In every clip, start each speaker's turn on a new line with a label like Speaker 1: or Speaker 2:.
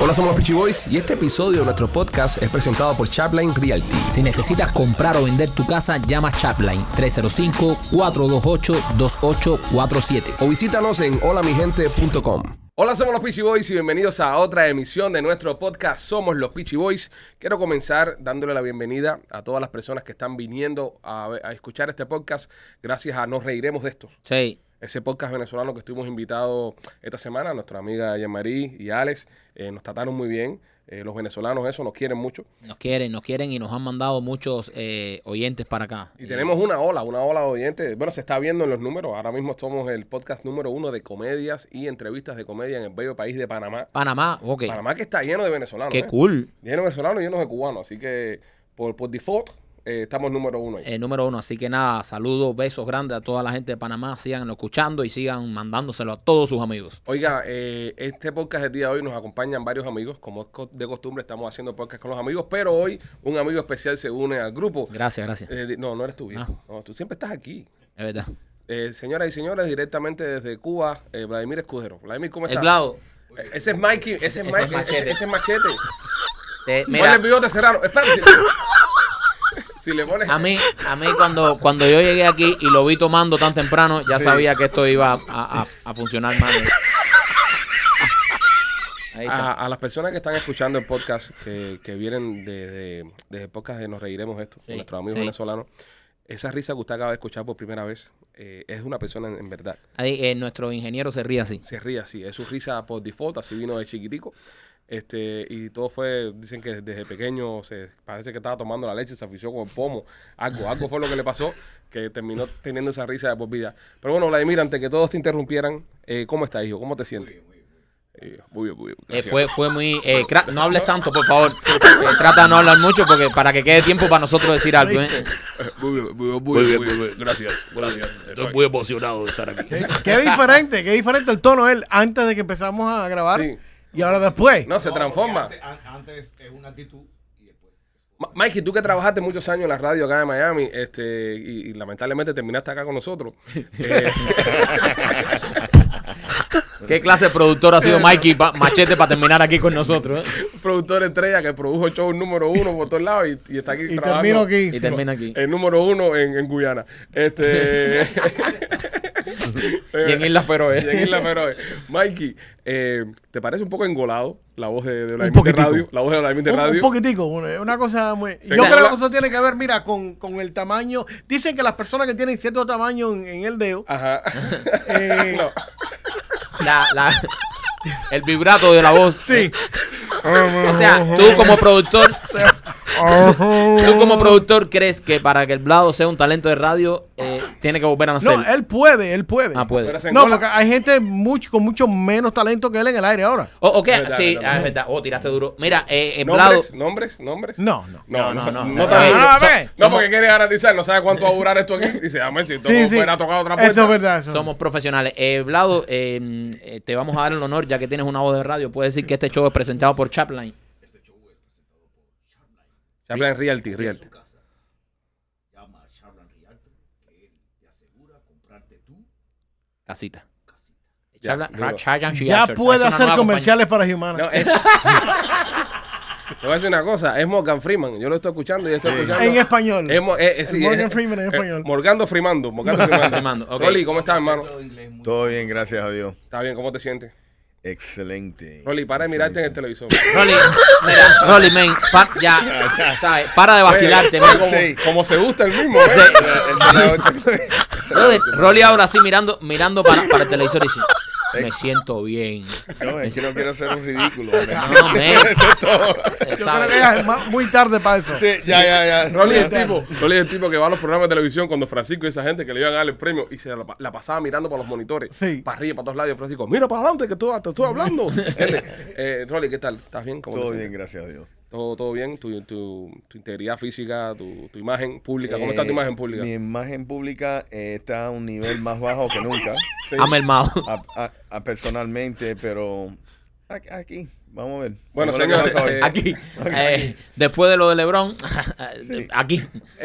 Speaker 1: Hola, somos los Peachy Boys y este episodio de nuestro podcast es presentado por Chapline Realty.
Speaker 2: Si necesitas comprar o vender tu casa, llama Chapline 305-428-2847.
Speaker 1: O visítanos en holamigente.com. Hola, somos los Peachy Boys y bienvenidos a otra emisión de nuestro podcast Somos los Peachy Boys. Quiero comenzar dándole la bienvenida a todas las personas que están viniendo a, a escuchar este podcast gracias a Nos Reiremos de Estos.
Speaker 2: Sí.
Speaker 1: Ese podcast venezolano que estuvimos invitados esta semana, nuestra amiga Yamari y Alex, eh, nos trataron muy bien. Eh, los venezolanos eso nos quieren mucho.
Speaker 2: Nos quieren, nos quieren y nos han mandado muchos eh, oyentes para acá.
Speaker 1: Y tenemos una ola, una ola de oyentes. Bueno, se está viendo en los números. Ahora mismo somos el podcast número uno de comedias y entrevistas de comedia en el bello país de Panamá.
Speaker 2: Panamá, ok.
Speaker 1: Panamá que está lleno de venezolanos.
Speaker 2: Qué
Speaker 1: ¿eh?
Speaker 2: cool.
Speaker 1: Lleno de venezolanos y lleno de cubanos. Así que por, por default eh, estamos número uno ahí.
Speaker 2: El número uno. Así que nada, saludos, besos grandes a toda la gente de Panamá. Sigan escuchando y sigan mandándoselo a todos sus amigos.
Speaker 1: Oiga, eh, este podcast del día de hoy nos acompañan varios amigos. Como es co- de costumbre, estamos haciendo podcast con los amigos, pero hoy un amigo especial se une al grupo.
Speaker 2: Gracias, gracias.
Speaker 1: Eh, di- no, no eres tú, viejo. No, tú siempre estás aquí.
Speaker 2: Es verdad.
Speaker 1: Eh, señoras y señores, directamente desde Cuba, eh, Vladimir Escudero. Vladimir, ¿cómo
Speaker 2: El
Speaker 1: estás?
Speaker 2: Blau.
Speaker 1: Eh, Ese es Mikey, ese es,
Speaker 2: es
Speaker 1: Mikey,
Speaker 2: Machete.
Speaker 1: Ese, ese es Machete.
Speaker 2: te-
Speaker 1: Ponle
Speaker 2: eh, mira,
Speaker 1: el bigote cerrado. Espérate. si le pones...
Speaker 2: a mí, a mí cuando, cuando yo llegué aquí y lo vi tomando tan temprano, ya
Speaker 1: Sí.
Speaker 2: sabía que esto iba a, a- a funcionar mal. Ahí
Speaker 1: A,
Speaker 2: está.
Speaker 1: a las personas que están escuchando el podcast, que, que vienen de, de- desde el podcast de Nos Reiremos de Esto,
Speaker 2: Sí,
Speaker 1: con nuestros amigos
Speaker 2: sí.
Speaker 1: venezolanos, esa risa que usted acaba de escuchar por primera vez eh, es de una persona en, en verdad.
Speaker 2: Ahí, eh, nuestro ingeniero se ríe así. Eh,
Speaker 1: Se ríe así, es su risa por default, así vino de chiquitico. Este, y todo fue, dicen que desde pequeño se, parece que estaba tomando la leche, se afició con el pomo, algo, algo fue lo que le pasó, que terminó teniendo esa risa de por vida. Pero bueno, Vladimir, antes que todos te interrumpieran, eh, ¿cómo estás, hijo? ¿Cómo te sientes? Eh, Muy bien, muy bien.
Speaker 2: Eh,
Speaker 1: gracias.
Speaker 2: fue, fue muy... eh, cra- no hables tanto, por favor. Eh, trata de no hablar mucho porque para que quede tiempo para nosotros decir algo. ¿eh?
Speaker 1: Muy bien, muy bien,
Speaker 3: Muy bien, muy bien.
Speaker 1: Gracias, gracias.
Speaker 3: Estoy muy emocionado de estar aquí.
Speaker 4: Qué, qué diferente, qué diferente el tono él antes de que empezamos a grabar
Speaker 1: Sí.
Speaker 4: y ahora después.
Speaker 1: No, se transforma.
Speaker 5: Porque Antes, an- antes es una actitud y después.
Speaker 1: Ma- Mikey, tú que trabajaste muchos años en la radio acá de Miami, este, y, y lamentablemente terminaste acá con nosotros. Eh,
Speaker 2: ¿Qué clase de productor ha sido Mikey pa- Machete para terminar aquí con nosotros? eh?
Speaker 1: productor estrella que produjo el show número uno por todos lados y, y está aquí
Speaker 4: Y
Speaker 1: trabajando
Speaker 4: termino aquí.
Speaker 2: Y
Speaker 4: sí.
Speaker 2: termina aquí.
Speaker 1: El número uno en, en Guyana. Este. Eh,
Speaker 2: Y en Isla Feroe.
Speaker 1: Y en Isla Feroe. Mikey, eh, ¿te parece un poco engolado la voz de, de Vladimir de
Speaker 4: poquitico.
Speaker 1: radio? La voz de Vladimir de
Speaker 4: Un, un
Speaker 1: radio.
Speaker 4: poquitico, una, una cosa muy...
Speaker 1: Se
Speaker 4: yo creo
Speaker 1: engola-
Speaker 4: que eso tiene que ver, mira, con, con el tamaño. Dicen que las personas que tienen cierto tamaño en, en el dedo,
Speaker 1: Ajá.
Speaker 4: Eh,
Speaker 1: No.
Speaker 2: La- la- el vibrato de la voz. ¿eh? Sí. O sea, tú como productor, tú como productor crees que para que el Blado sea un talento de radio, eh, tiene que volver a nacer.
Speaker 4: no, él puede, él puede.
Speaker 2: Ah,
Speaker 1: Pero
Speaker 2: puede.
Speaker 1: se
Speaker 4: No,
Speaker 1: engola.
Speaker 4: porque hay gente mucho, con mucho menos talento que él en el aire ahora.
Speaker 2: Oh, ok,
Speaker 1: Verdad,
Speaker 2: sí,
Speaker 1: verdad,
Speaker 2: ah, es verdad. Oh, tiraste duro. Mira, eh, el Blado.
Speaker 1: ¿Nombres? ¿Nombres? ¿Nombres?
Speaker 4: No, Ah, no.
Speaker 1: No, no, no. No,
Speaker 2: no,
Speaker 1: tan-
Speaker 2: no,
Speaker 1: no,
Speaker 2: no,
Speaker 4: a ver.
Speaker 1: porque quiere garantizar, no sabe cuánto va a durar esto aquí. Dice, a ver si esto
Speaker 4: Sí, sí.
Speaker 1: hubiera tocado otra puerta.
Speaker 4: Eso es verdad. eso es
Speaker 2: Somos profesionales. Eh, Blado, eh, mm, eh, te vamos a dar el honor, ya que tienes una voz de radio. Puedes decir que este show es presentado por Chapline.
Speaker 1: Se habla en reality, reality.
Speaker 5: Llama a Charlan Rialto, que él te asegura comprarte tú.
Speaker 2: Casita.
Speaker 1: Ya,
Speaker 2: Chapline-
Speaker 1: digo,
Speaker 2: Ra- Chapline
Speaker 4: Ya
Speaker 2: Theater. Es
Speaker 4: puede
Speaker 2: una
Speaker 4: hacer
Speaker 2: nueva
Speaker 4: comerciales para Humana.
Speaker 1: No, es... Te voy a decir una cosa, es Morgan Freeman. Yo lo estoy escuchando y estoy escuchando.
Speaker 4: en español.
Speaker 1: Es Mo- eh, eh, sí,
Speaker 4: Morgan
Speaker 1: es-
Speaker 4: Freeman en
Speaker 1: eh,
Speaker 4: español.
Speaker 1: Morgando Frimando. Morgando Frimando.
Speaker 2: Frimando, ok.
Speaker 1: Rolly, ¿cómo estás, hermano?
Speaker 5: Todo inglés muy
Speaker 3: Todo bien, gracias a Dios.
Speaker 1: ¿Estás bien? ¿Cómo te sientes?
Speaker 3: Excelente.
Speaker 1: Rolly, para de mirarte en el televisor.
Speaker 2: Rolly, mira, Rolly, men, pa- ya, ¿sabes? Para de vacilarte, men.
Speaker 1: Como,
Speaker 3: Sí.
Speaker 1: como se gusta el mismo, ¿eh?
Speaker 2: Se-
Speaker 3: televisor.
Speaker 2: Brother, Rolly ahora así mirando, mirando para, para el televisor y dice, me siento bien.
Speaker 3: No, es que no quiero hacer un ridículo.
Speaker 2: ah. No, men.
Speaker 3: Eso es todo.
Speaker 4: Yo creo
Speaker 2: ¿sabes?
Speaker 4: que ya es ma- muy tarde para eso.
Speaker 3: Sí, ya, ya, ya.
Speaker 1: Rolly es, el
Speaker 3: Ya.
Speaker 1: tipo, Rolly es el tipo que va a los programas de televisión cuando Francisco y esa gente que le iban a dar el premio y se la, pa- la pasaba mirando para los monitores,
Speaker 4: Sí.
Speaker 1: para arriba, para todos lados. y Francisco, mira para adelante que tú, te estoy hablando. Gente, eh, Rolly, ¿qué tal? ¿Estás bien? ¿Cómo te
Speaker 3: Todo
Speaker 1: sientes?
Speaker 3: bien, gracias a Dios.
Speaker 1: Todo, todo bien, tu, tu, tu integridad física, tu, tu imagen pública. ¿Cómo está tu
Speaker 3: Eh,
Speaker 1: imagen pública?
Speaker 3: Mi imagen pública eh, está a un nivel más bajo que nunca,
Speaker 1: Sí.
Speaker 2: Ha mermado.
Speaker 3: a, a- a personalmente, pero a- aquí, vamos a ver.
Speaker 1: Bueno,
Speaker 3: Vamos a ver qué
Speaker 1: señores,
Speaker 3: pasa hoy.
Speaker 1: eh,
Speaker 2: Aquí. Eh, después de lo de Lebron, aquí.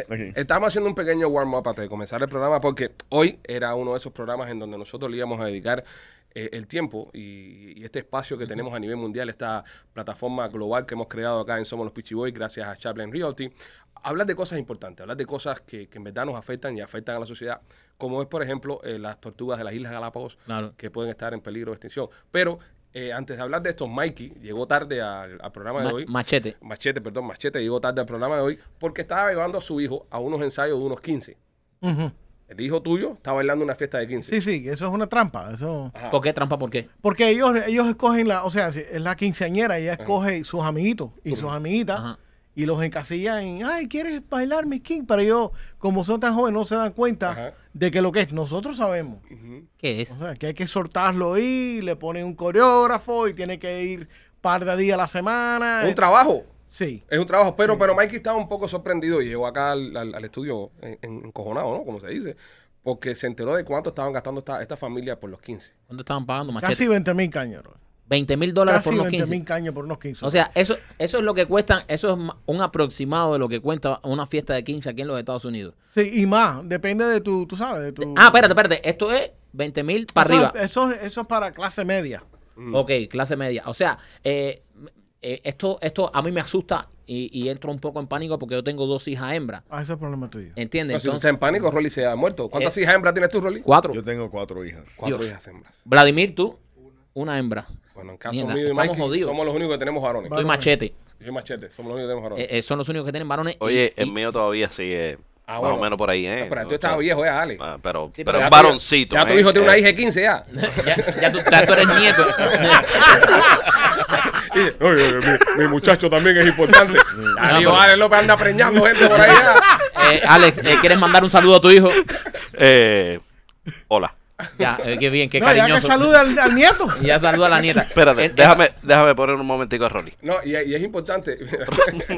Speaker 3: Ok.
Speaker 1: Estábamos haciendo un pequeño warm-up antes de comenzar el programa porque hoy era uno de esos programas en donde nosotros le íbamos a dedicar eh, el tiempo y, y este espacio que tenemos a nivel mundial, esta plataforma global que hemos creado acá en Somos los Pichiboy, gracias a Chaplin Realty, hablar de cosas importantes, hablar de cosas que, que en verdad nos afectan y afectan a la sociedad, como es, por ejemplo, eh, las tortugas de las Islas Galápagos,
Speaker 2: Claro.
Speaker 1: que pueden estar en peligro de extinción. Pero eh, antes de hablar de esto, Mikey llegó tarde al, al programa de
Speaker 2: Ma-
Speaker 1: hoy.
Speaker 2: machete.
Speaker 1: Machete, perdón, Machete llegó tarde al programa de hoy porque estaba llevando a su hijo a unos ensayos de unos 15.
Speaker 4: Ujú.
Speaker 1: El hijo tuyo está bailando una fiesta de 15.
Speaker 4: Sí, sí, eso es una trampa. Eso.
Speaker 1: Ajá.
Speaker 2: ¿Por qué trampa? ¿Por qué?
Speaker 4: Porque ellos, ellos escogen la, o sea, si- es la quinceañera, ella escoge sus amiguitos y sus amiguitas
Speaker 2: Ajá.
Speaker 4: y los encasilla en, ay, ¿quieres bailar, Miss King? Pero ellos, como son tan jóvenes, no se dan cuenta
Speaker 1: Ajá.
Speaker 4: de que lo que es, nosotros sabemos.
Speaker 1: Ujú.
Speaker 2: ¿Qué es?
Speaker 4: O sea, que hay que soltarlo ahí, le ponen un coreógrafo y tiene que ir par de días a la semana.
Speaker 1: Un trabajo.
Speaker 4: sí.
Speaker 1: Es un trabajo, pero, pero Mikey estaba un poco sorprendido y llegó acá al, al- al estudio en- en- encojonado, ¿no? Como se dice, porque se enteró de cuánto estaban gastando esta, esta familia por los 15.
Speaker 2: ¿Cuánto estaban pagando, machete?
Speaker 4: Casi 20 mil caños. bro.
Speaker 2: 20 mil dólares
Speaker 4: Casi
Speaker 2: por unos
Speaker 4: 20
Speaker 2: 15.
Speaker 4: mil caños por unos 15.
Speaker 2: O sea, eso, eso es lo que cuestan, eso es ma- un aproximado de lo que cuesta una fiesta de 15 aquí en los Estados Unidos.
Speaker 4: sí, y más, depende de tu, tú sabes, de tu...
Speaker 2: Ah, espérate, espérate, esto es 20 mil para
Speaker 4: Eso-
Speaker 2: arriba.
Speaker 4: Eso, eso es para clase media.
Speaker 1: Mm.
Speaker 2: Ok, clase media. O sea, eh, eh, esto, esto a mí me asusta y, y entro un poco en pánico porque yo tengo dos hijas hembras.
Speaker 4: Ah, ese es el problema tuyo.
Speaker 1: No,
Speaker 6: Ah,
Speaker 2: ¿Entiendes?
Speaker 1: si tú
Speaker 2: Entonces,
Speaker 1: estás en pánico, Rolly se ha muerto. ¿Cuántas
Speaker 2: Eh,
Speaker 1: hijas hembras tienes tú, Rolly?
Speaker 2: cuatro.
Speaker 3: Yo tengo cuatro hijas.
Speaker 1: Cuatro
Speaker 2: Dios.
Speaker 1: hijas hembras.
Speaker 2: Vladimir, tú, una hembra.
Speaker 1: Bueno, en caso
Speaker 2: Mierda,
Speaker 1: mío y
Speaker 2: estamos
Speaker 1: Mikey,
Speaker 2: jodidos.
Speaker 1: somos los únicos que tenemos varones.
Speaker 2: Tú y machete.
Speaker 1: Yo y Machete, somos los únicos que tenemos varones.
Speaker 2: Eh, eh, son los únicos que tienen varones. y-
Speaker 6: Oye, em- el
Speaker 2: y-
Speaker 6: mío todavía sigue
Speaker 1: Ah,
Speaker 6: más
Speaker 1: bueno. Ah,
Speaker 6: o menos por ahí, ¿eh?
Speaker 1: pero
Speaker 6: O
Speaker 1: tú
Speaker 6: sea,
Speaker 1: estás viejo, ya, Ale.
Speaker 6: ah, pero,
Speaker 2: Sí,
Speaker 6: pero
Speaker 1: Ya
Speaker 6: un
Speaker 1: tu hijo-
Speaker 6: varoncito.
Speaker 1: Ya tu
Speaker 6: ¿eh?
Speaker 1: hijo tiene una
Speaker 6: Eh,
Speaker 1: hija de 15 ya.
Speaker 2: ya, ya tú, ya tú eres nieto.
Speaker 1: Y, oye, oye, mi, mi muchacho también es importante. Ya
Speaker 2: No,
Speaker 1: Ah, digo,
Speaker 2: pero-
Speaker 1: Ale López anda preñando gente por ahí. ya.
Speaker 2: Eh, Alex, eh, ¿quieres mandar un saludo a tu hijo?
Speaker 6: eh, hola.
Speaker 2: Ya, eh, qué bien, qué
Speaker 4: No, ya que
Speaker 2: cariñoso.
Speaker 4: saluda al, al nieto.
Speaker 2: Ya saluda a la nieta.
Speaker 6: Espérate,
Speaker 2: Eh, eh,
Speaker 6: déjame, déjame poner un momentico a Rolly.
Speaker 1: No, y, y es importante.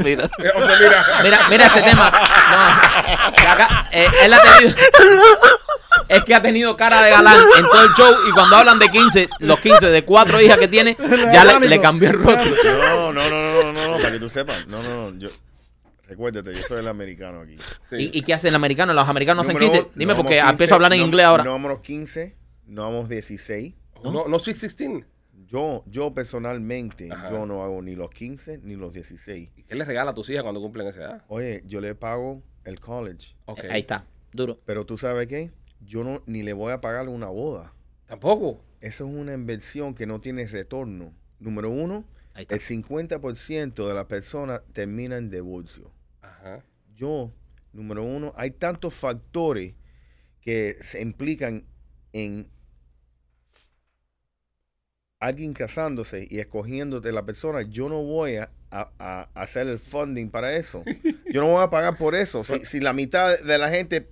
Speaker 6: Mira.
Speaker 1: o sea, mira.
Speaker 2: Mira, mira este tema. No, que acá, eh, él ha tenido. Es que ha tenido cara de galán en todo el show y cuando hablan de 15, los 15 de cuatro hijas que tiene, ya le, le cambió el rostro.
Speaker 3: No, no, no, no, no, no, no, para que tú sepas. No, no, no. Yo, recuérdate, yo soy el americano aquí.
Speaker 1: Sí.
Speaker 2: ¿Y, y qué hacen el americano? Los americanos hacen
Speaker 3: Número
Speaker 2: 15.
Speaker 3: uno,
Speaker 2: Dime
Speaker 3: no
Speaker 2: porque
Speaker 3: vamos
Speaker 2: empiezo a hablar en
Speaker 3: 15,
Speaker 2: inglés ahora.
Speaker 3: No vamos 15, no vamos 16.
Speaker 1: No, no Sweet 16.
Speaker 3: Yo, yo personalmente,
Speaker 1: Ajá.
Speaker 3: yo no hago ni los 15 ni los 16.
Speaker 1: ¿Y ¿Qué les regala a tus hijas cuando cumplen esa edad?
Speaker 3: Oye, yo le pago el college,
Speaker 1: Ok.
Speaker 2: Ahí está, duro.
Speaker 3: pero tú sabes qué, yo no ni le voy a pagar una boda.
Speaker 1: Tampoco.
Speaker 3: Eso es una inversión que no tiene retorno. Número uno,
Speaker 2: Ahí está.
Speaker 3: el 50% de las personas termina en divorcio.
Speaker 1: Ajá.
Speaker 3: Yo, número uno, hay tantos factores que se implican en alguien casándose y escogiéndote la persona. Yo no voy a, a- a hacer el funding para eso. Yo no voy a pagar por eso. Si, si la mitad de la gente...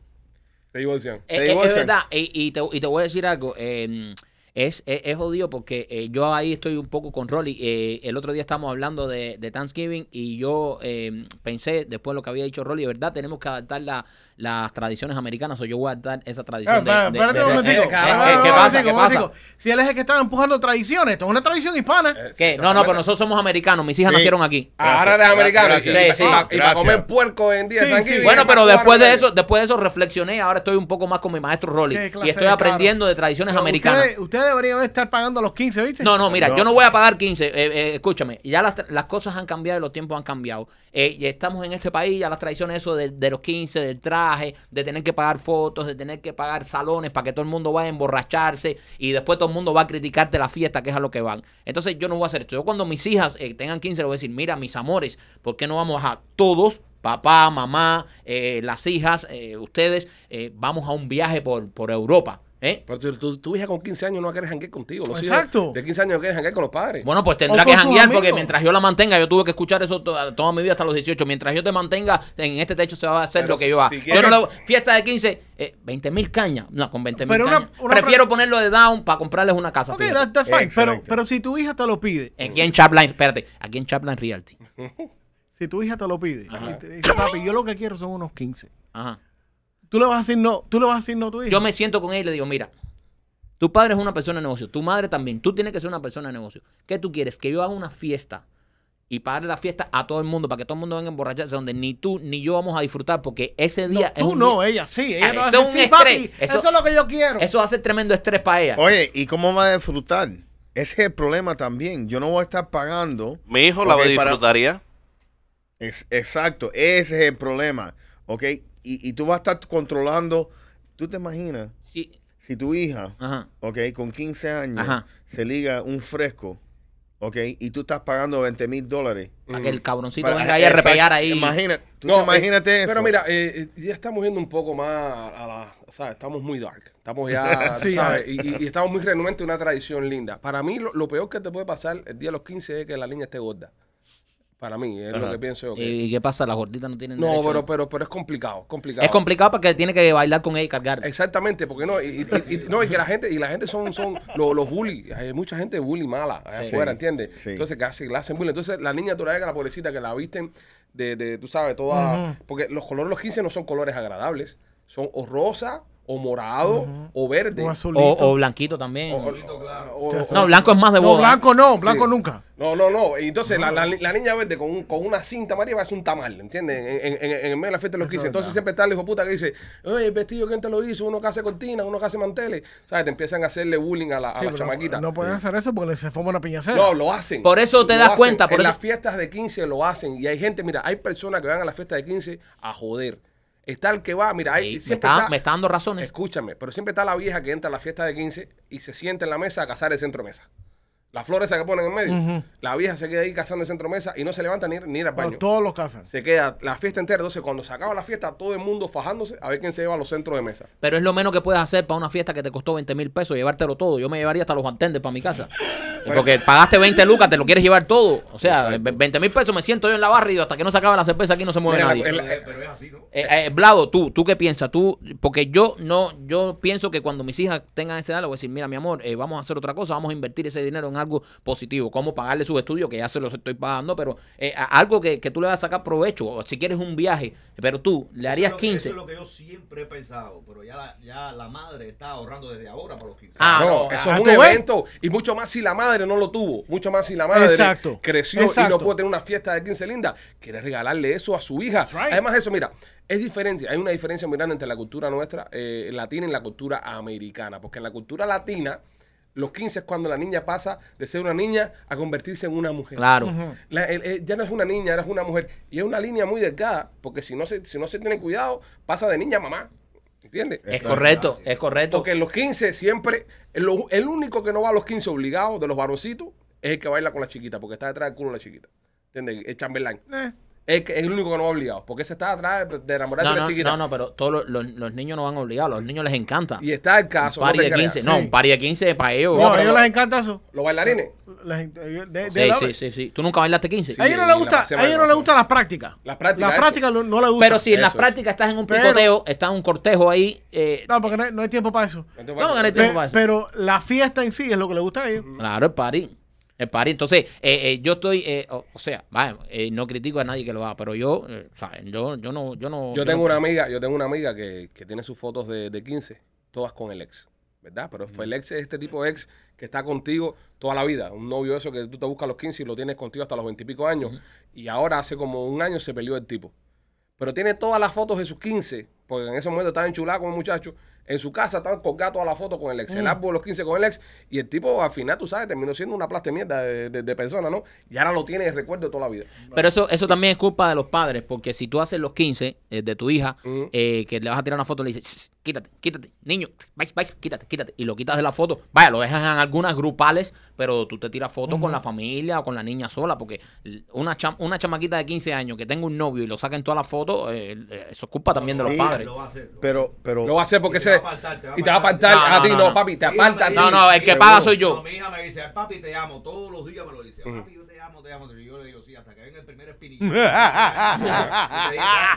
Speaker 1: Se divorcian.
Speaker 2: Eh, eh, es
Speaker 3: divorcian.
Speaker 2: verdad, y, y te, y te voy a decir algo. eh, es, es, es jodido porque eh, yo ahí estoy un poco con Rolly. eh, el otro día estábamos hablando de, de Thanksgiving y yo eh, pensé, después de lo que había dicho Rolly, ¿verdad? Tenemos que adaptar la- las tradiciones americanas o yo voy a adaptar esa tradición.
Speaker 4: Ah,
Speaker 2: de-
Speaker 4: espera-
Speaker 2: de-
Speaker 4: Espérate
Speaker 2: de-
Speaker 4: un
Speaker 2: de-
Speaker 4: momentico.
Speaker 2: eh, eh,
Speaker 4: Espérate
Speaker 2: ¿Qué
Speaker 4: un
Speaker 2: pasa?
Speaker 4: momentico,
Speaker 2: ¿Qué
Speaker 4: un
Speaker 2: pasa?
Speaker 4: momentico. Si él es el que está empujando tradiciones, esto es una tradición hispana.
Speaker 1: Eh,
Speaker 2: ¿Qué?
Speaker 1: se
Speaker 2: No, no, pero
Speaker 1: amanecen.
Speaker 2: nosotros somos americanos. Mis hijas
Speaker 3: Sí.
Speaker 2: nacieron aquí.
Speaker 1: Ah, Ahora eres
Speaker 3: Gracias.
Speaker 1: americano.
Speaker 3: Gracias.
Speaker 1: Y,
Speaker 2: Sí, sí.
Speaker 1: y pa- y para
Speaker 3: Gracias.
Speaker 1: comer puerco en día de
Speaker 4: Sí,
Speaker 1: Thanksgiving.
Speaker 4: sí.
Speaker 2: Bueno,
Speaker 1: Más
Speaker 2: pero
Speaker 1: cubano
Speaker 2: después
Speaker 1: que
Speaker 2: de
Speaker 1: nadie.
Speaker 2: eso, después de eso reflexioné. Ahora estoy un poco más con mi maestro Rolly.
Speaker 4: Qué clase
Speaker 2: Y estoy
Speaker 4: de
Speaker 2: aprendiendo de tradiciones americanas.
Speaker 4: Ustedes, ustedes deberían estar pagando los 15, ¿viste?
Speaker 2: No, no, mira,
Speaker 3: No.
Speaker 2: yo no voy a pagar 15. eh, eh, escúchame, ya las, tra- las cosas han cambiado y los tiempos han cambiado. Eh, y estamos en este país, ya las tradiciones eso de, de los 15, del traje, de tener que pagar fotos, de tener que pagar salones para que todo el mundo vaya a emborracharse y después todo el mundo va a criticarte la fiesta, que es a lo que van. Entonces yo no voy a hacer esto. Yo cuando mis hijas eh, tengan 15 les voy a decir, mira, mis amores, ¿por qué no vamos a todos? Papá, mamá, eh, las hijas, eh, ustedes, eh, vamos a un viaje por, por Europa. ¿eh?
Speaker 1: Pero tu, tu- tu hija con 15 años no va a querer janguear contigo. Los hijos
Speaker 4: Exacto.
Speaker 1: de 15 años no quieren janguear con los padres.
Speaker 2: Bueno, pues tendrá
Speaker 4: O
Speaker 2: que
Speaker 4: con sus
Speaker 2: janguear porque
Speaker 4: amigos.
Speaker 2: mientras yo la mantenga, yo tuve que escuchar eso to- toda mi vida hasta los 18. Mientras yo te mantenga, en este techo se va a hacer
Speaker 1: Pero
Speaker 2: lo que
Speaker 1: si-
Speaker 2: yo haga.
Speaker 1: si
Speaker 2: yo no
Speaker 1: quieres-
Speaker 2: lo- fiesta de 15, eh, 20 mil cañas. No, con 20 mil
Speaker 4: Pero una-
Speaker 2: cañas.
Speaker 4: una
Speaker 2: Prefiero
Speaker 4: pre-
Speaker 2: ponerlo de down para comprarles una casa.
Speaker 4: Ok,
Speaker 2: fíjate.
Speaker 4: that- that's fine. Pero,
Speaker 3: Excelente.
Speaker 4: pero si tu hija te lo pide,
Speaker 2: Aquí en Chapline, espérate, aquí en Chapline Realty.
Speaker 4: si tu hija te lo pide, y te dice, papi, yo lo que quiero son unos 15.
Speaker 2: Ajá.
Speaker 4: Tú le vas a decir no, tú le vas a decir no a tu hija.
Speaker 2: Yo me siento con él y le digo, mira, tu padre es una persona de negocio, tu madre también, tú tienes que ser una persona de negocio. ¿Qué tú quieres? Que yo haga una fiesta y pagarle la fiesta a todo el mundo para que todo el mundo venga a emborracharse, donde ni tú ni yo vamos a disfrutar porque ese día es
Speaker 4: Tú
Speaker 2: un
Speaker 4: no,
Speaker 2: día-
Speaker 4: ella sí. Ella
Speaker 2: Ah,
Speaker 4: te va a
Speaker 2: eso es
Speaker 4: decir,
Speaker 2: un
Speaker 4: "Sí, papi,
Speaker 2: estrés. Eso-
Speaker 4: eso, es lo que yo quiero.
Speaker 2: Eso va a ser tremendo estrés para ella.
Speaker 3: Oye, ¿y cómo va a disfrutar? Ese es el problema también. Yo no voy a estar pagando.
Speaker 6: Mi hijo la
Speaker 3: Ok, para-
Speaker 6: disfrutaría.
Speaker 3: Es- exacto, ese es el problema. ¿Ok? Y, y tú vas a estar controlando. ¿Tú te imaginas
Speaker 2: Sí,
Speaker 3: si tu hija,
Speaker 2: Ajá.
Speaker 3: ok, con 15 años,
Speaker 2: Ajá.
Speaker 3: se liga un fresco, ok, y tú estás pagando 20 mil dólares?
Speaker 2: Para
Speaker 1: Mm.
Speaker 2: que el cabroncito
Speaker 3: Para-
Speaker 2: venga ahí a
Speaker 3: exacto,
Speaker 2: repellar ahí.
Speaker 3: Imagínate, tú
Speaker 1: No,
Speaker 3: te imagínate
Speaker 1: eh,
Speaker 3: eso.
Speaker 1: Pero mira, eh, eh, ya estamos yendo un poco más a, a la. O sea, estamos muy dark. Estamos ya, tú
Speaker 4: Sí,
Speaker 1: ¿sabes? Y, y- y estamos muy renuentes a una tradición linda. Para mí, lo, lo peor que te puede pasar el día de los 15 es que la niña esté gorda. Para mí, es lo que pienso yo. que-
Speaker 2: ¿Y, y qué pasa? Las gorditas no tienen
Speaker 1: no,
Speaker 2: derecho.
Speaker 1: pero, pero, pero es complicado, complicado.
Speaker 2: Es complicado porque tiene que bailar con ella y cargar.
Speaker 1: Exactamente, porque no, y, y- y- no, y que la gente, y la gente son, son los, los bully, hay mucha gente bully mala allá
Speaker 2: Sí.
Speaker 1: afuera, ¿entiendes?
Speaker 3: Sí.
Speaker 1: Entonces casi la hacen bullying. Entonces la niña tú la ves que la pobrecita que la visten de, de, tú sabes, toda, porque los colores de los 15 no son colores agradables, son o rosa, o morado, o verde.
Speaker 4: Un
Speaker 2: O,
Speaker 4: azulito.
Speaker 2: o blanquito también.
Speaker 1: o- o- o-
Speaker 2: no, blanco es más de
Speaker 4: no,
Speaker 2: boda. ¿eh?
Speaker 4: blanco no, blanco
Speaker 1: Sí.
Speaker 4: nunca.
Speaker 1: No, no, no. Y Entonces, la, la- la niña verde con, un- con una cinta amarilla va a ser un tamal, ¿entiendes? En, en- en- en el medio de la fiesta de los 15. Entonces, siempre está el hijo puta que dice, oye, el vestido, ¿quién te lo hizo? Uno que hace cortinas, uno que hace manteles. ¿Sabes? Te empiezan a hacerle bullying a la, a
Speaker 4: Sí,
Speaker 1: la
Speaker 4: pero
Speaker 1: chamaquita.
Speaker 4: No pueden hacer eso porque se forma una piñacera.
Speaker 1: No, lo hacen.
Speaker 2: Por eso te
Speaker 1: Lo
Speaker 2: das
Speaker 1: hacen.
Speaker 2: cuenta, por
Speaker 1: en
Speaker 2: eso-
Speaker 1: las fiestas de 15 lo hacen. Y hay gente, mira, hay personas que van a la fiesta de 15 a joder. Está el que va, mira, hay,
Speaker 2: Sí, me,
Speaker 1: siempre
Speaker 2: está,
Speaker 1: está-
Speaker 2: me está dando razones.
Speaker 1: Escúchame, pero siempre está la vieja que entra a la fiesta de 15 y se sienta en la mesa a cazar el centro mesa. Las flores esas que ponen en medio. La vieja se queda ahí cazando el centro mesa y no se levanta ni, ni ir al
Speaker 4: Pero
Speaker 1: baño.
Speaker 4: todos los casan.
Speaker 1: Se queda la fiesta entera. Entonces, cuando se acaba la fiesta, todo el mundo fajándose a ver quién se lleva a los centros de mesa.
Speaker 2: Pero es lo menos que puedes hacer para una fiesta que te costó 20 mil pesos, llevártelo todo. Yo me llevaría hasta los bartenders para mi casa. Porque pagaste 20 lucas, te lo quieres llevar todo. O sea, 20 mil pesos me siento yo en la barra y hasta que no se acabe la cerveza aquí no se mueve
Speaker 1: Mira,
Speaker 2: nadie.
Speaker 1: la- la-
Speaker 5: Pero es así, ¿no?
Speaker 2: Eh, eh, Blado, tú, ¿tú qué piensas? Tú, porque yo no, yo pienso que cuando mis hijas tengan esa edad, le voy a decir, mira, mi amor, eh, vamos a hacer otra cosa, vamos a invertir ese dinero en algo positivo, como pagarle sus estudios, que ya se los estoy pagando, pero eh, a- algo que, que tú le vas a sacar provecho, o si quieres un viaje, pero tú, le harías
Speaker 5: Eso es lo que-
Speaker 2: 15.
Speaker 5: Eso es lo que yo siempre he pensado, pero ya la, ya la madre está ahorrando desde ahora para los 15.
Speaker 2: Ah,
Speaker 1: no,
Speaker 2: no,
Speaker 1: eso
Speaker 4: ah,
Speaker 1: es un
Speaker 4: ¿tú ves?
Speaker 1: evento. Y mucho más si la madre no lo tuvo. Mucho más si la madre
Speaker 4: Exacto,
Speaker 1: creció y no
Speaker 4: exacto.
Speaker 1: pudo tener una fiesta de 15 linda. Quiere regalarle eso a su hija.
Speaker 5: right.
Speaker 1: Además, eso, mira, es diferencia. Hay una diferencia muy grande entre la cultura nuestra, eh, latina, y la cultura americana. Porque en la cultura latina, los 15 es cuando la niña pasa de ser una niña a convertirse en una mujer.
Speaker 2: eh, Claro.
Speaker 1: La- el- el- ya no es una niña, eres una mujer. Y es una línea muy delgada, porque si no se, si no se tiene cuidado, pasa de niña a mamá. ¿Entiendes?
Speaker 2: Es correcto, es correcto.
Speaker 1: Porque en los 15 siempre, el, el único que no va a los 15 obligado de los varoncitos es el que baila con la chiquita, porque está detrás del culo de la chiquita. ¿Entiendes? El chambelán.
Speaker 4: Eh,
Speaker 1: Es, que- es el único que no va obligado, porque ese está atrás de- de enamorarse
Speaker 2: No,
Speaker 1: de la
Speaker 2: no,
Speaker 1: chiquita.
Speaker 2: no, no, pero todos los, los- los niños no van obligados, a los niños les encanta.
Speaker 1: Y está el
Speaker 2: Un
Speaker 1: caso.
Speaker 2: party
Speaker 1: te
Speaker 2: de
Speaker 1: creas.
Speaker 2: 15, no, un party de 15 para ellos.
Speaker 4: No,
Speaker 2: No,
Speaker 4: a ellos
Speaker 2: pero-
Speaker 4: les encanta eso.
Speaker 1: Los bailarines.
Speaker 4: La gente- de- de-
Speaker 2: Sí,
Speaker 4: la-
Speaker 2: sí, sí, sí. ¿Tú nunca bailaste 15?
Speaker 1: Sí.
Speaker 4: A ellos no
Speaker 1: y
Speaker 4: les
Speaker 1: la
Speaker 4: gusta,
Speaker 1: pasé
Speaker 4: a ellos no
Speaker 1: mal,
Speaker 4: les
Speaker 1: no.
Speaker 4: gustan las prácticas.
Speaker 1: Las prácticas,
Speaker 4: Las prácticas no, no les gustan.
Speaker 2: Pero si en las
Speaker 1: Eso.
Speaker 2: prácticas estás en un
Speaker 4: Pero-
Speaker 2: picoteo, estás en un cortejo ahí, eh,
Speaker 4: No, porque no hay, no hay tiempo para eso.
Speaker 1: Entonces,
Speaker 2: ¿Cómo que no hay
Speaker 1: bueno,
Speaker 2: tiempo
Speaker 4: Pe-
Speaker 2: para eso?
Speaker 4: pero la fiesta en sí es lo que les gusta a ellos.
Speaker 2: Claro, el party. El party. Entonces, eh, eh, yo estoy, eh, o, o sea, vaya, eh, no critico a nadie que lo haga, pero yo, eh, ¿saben? Yo, yo no, yo no.
Speaker 1: Yo tengo
Speaker 2: no-
Speaker 1: una amiga, yo tengo una amiga que, que tiene sus fotos de, de 15, todas con el ex, ¿verdad? Pero fue el ex es este tipo de ex que está contigo toda la vida. Un novio eso que tú te buscas a los 15 y lo tienes contigo hasta los 20 y pico años. Y ahora hace como un año se peleó el tipo. Pero tiene todas las fotos de sus 15, porque en ese momento estaba enchulada con un muchacho. En su casa estaban colgadas todas las fotos con el ex,
Speaker 2: Mm.
Speaker 1: el árbol de los 15 con el ex. Y el tipo, al final, tú sabes, terminó siendo una plasta de mierda de, de- de persona, ¿no? Y ahora lo tiene de recuerdo de toda la vida.
Speaker 2: Pero eso, eso también es culpa de los padres, porque si tú haces los 15 eh, de tu hija,
Speaker 1: Ujú.
Speaker 2: eh, que le vas a tirar una foto, le dices, "Shh, quítate, quítate, niño, tss, vais, vais, quítate, quítate, y lo quitas de la foto, vaya, lo dejas en algunas grupales, pero tú te tiras fotos con la familia o con la niña sola, porque l- una, cham- una chamaquita de 15 años que tenga un novio y lo saquen todas las fotos, eh, eh, eso es culpa también de los
Speaker 3: Sí.
Speaker 2: padres.
Speaker 5: Lo va a hacer. lo va a
Speaker 3: Pero, pero,
Speaker 1: Lo va a hacer porque
Speaker 5: Y te
Speaker 1: se.
Speaker 5: va a apartar, te va a
Speaker 1: y te va a
Speaker 5: apartar.
Speaker 1: apartar
Speaker 2: No,
Speaker 1: a ti,
Speaker 2: no,
Speaker 1: no,
Speaker 2: no, no.
Speaker 1: papi, te
Speaker 5: Mi hija
Speaker 1: aparta a ti.
Speaker 5: me
Speaker 2: No, no, el que
Speaker 5: Seguro.
Speaker 2: paga soy yo.
Speaker 5: No, mi hija me dice, papi, te amo. Todos los días me lo dice. Papi, yo te amo, te amo. Y yo le digo, sí, hasta que venga el primer espinillo. Y te digo, te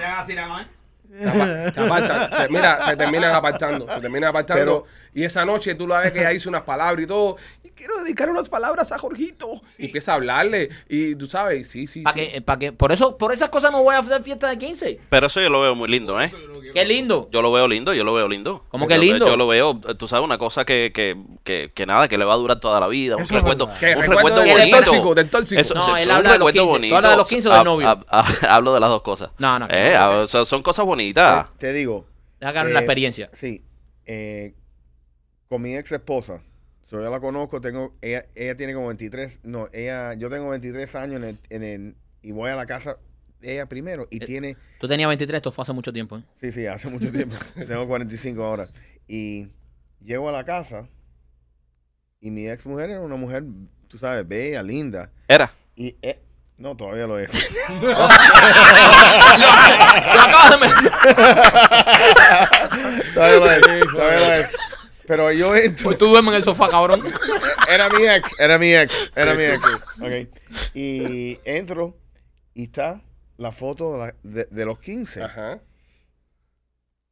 Speaker 5: hagas así nada más.
Speaker 1: Te apa- te apartan. Te- mira, te terminan apartando. Te terminan apartando.
Speaker 3: Pero-
Speaker 1: y esa noche tú la ves que ella hizo unas palabras y todo. Y quiero dedicar unas palabras a Jorgito. Y empieza a hablarle. Y tú sabes, sí, sí.
Speaker 2: Pa'
Speaker 1: sí.
Speaker 2: que- pa' que- por, eso, por esas cosas no voy a hacer fiesta de 15.
Speaker 6: Pero eso yo lo veo muy lindo, ¿eh?
Speaker 2: Qué lindo.
Speaker 6: Yo lo veo lindo, yo lo veo lindo.
Speaker 2: ¿Cómo que
Speaker 6: Yo-
Speaker 2: lindo?
Speaker 6: Yo lo veo, tú sabes, una cosa que, que, que, que nada, que le va a durar toda la vida. Un
Speaker 4: Eso es
Speaker 6: recuerdo,
Speaker 4: verdad.
Speaker 1: Que
Speaker 6: un
Speaker 1: recuerdo
Speaker 6: recuerdo
Speaker 2: del
Speaker 6: bonito.
Speaker 1: tóxico, del tóxico.
Speaker 6: Eso-
Speaker 2: No,
Speaker 6: eso-
Speaker 2: él
Speaker 6: un
Speaker 2: habla de los
Speaker 6: recuerdo
Speaker 2: 15. ¿Tú
Speaker 6: bonito.
Speaker 2: hablas de los 15 o del
Speaker 6: Hab-
Speaker 2: novio?
Speaker 6: hab- hab- hablo de las dos cosas.
Speaker 2: No, no,
Speaker 6: Eh, hab- son- son cosas bonitas.
Speaker 3: Te, te digo,
Speaker 2: Hagan la
Speaker 3: Eh,
Speaker 2: experiencia.
Speaker 3: sí, eh, con mi ex esposa, so, yo la conozco, tengo, ella, ella tiene como 23, no, ella, yo tengo 23 años en el- en el- y voy a la casa de ella primero y
Speaker 2: Eh.
Speaker 3: tiene,
Speaker 2: Tú tenías 23, esto fue hace mucho tiempo. ¿eh?
Speaker 3: sí, sí, hace mucho tiempo, tengo 45 ahora, y llego a la casa y mi ex mujer era una mujer, tú sabes, bella, linda,
Speaker 6: Era.
Speaker 3: y eh, no, todavía lo es.
Speaker 2: Lo
Speaker 6: ¡Ah!
Speaker 2: acabas de mencionar.
Speaker 3: Todavía lo es, todavía lo es. Pero yo entro.
Speaker 2: Pues tú duermes en el sofá, cabrón.
Speaker 3: Era mi ex, era mi ex, era mi ex. Ok. Y entro y está la foto de, la- de- de los 15.
Speaker 1: Ajá.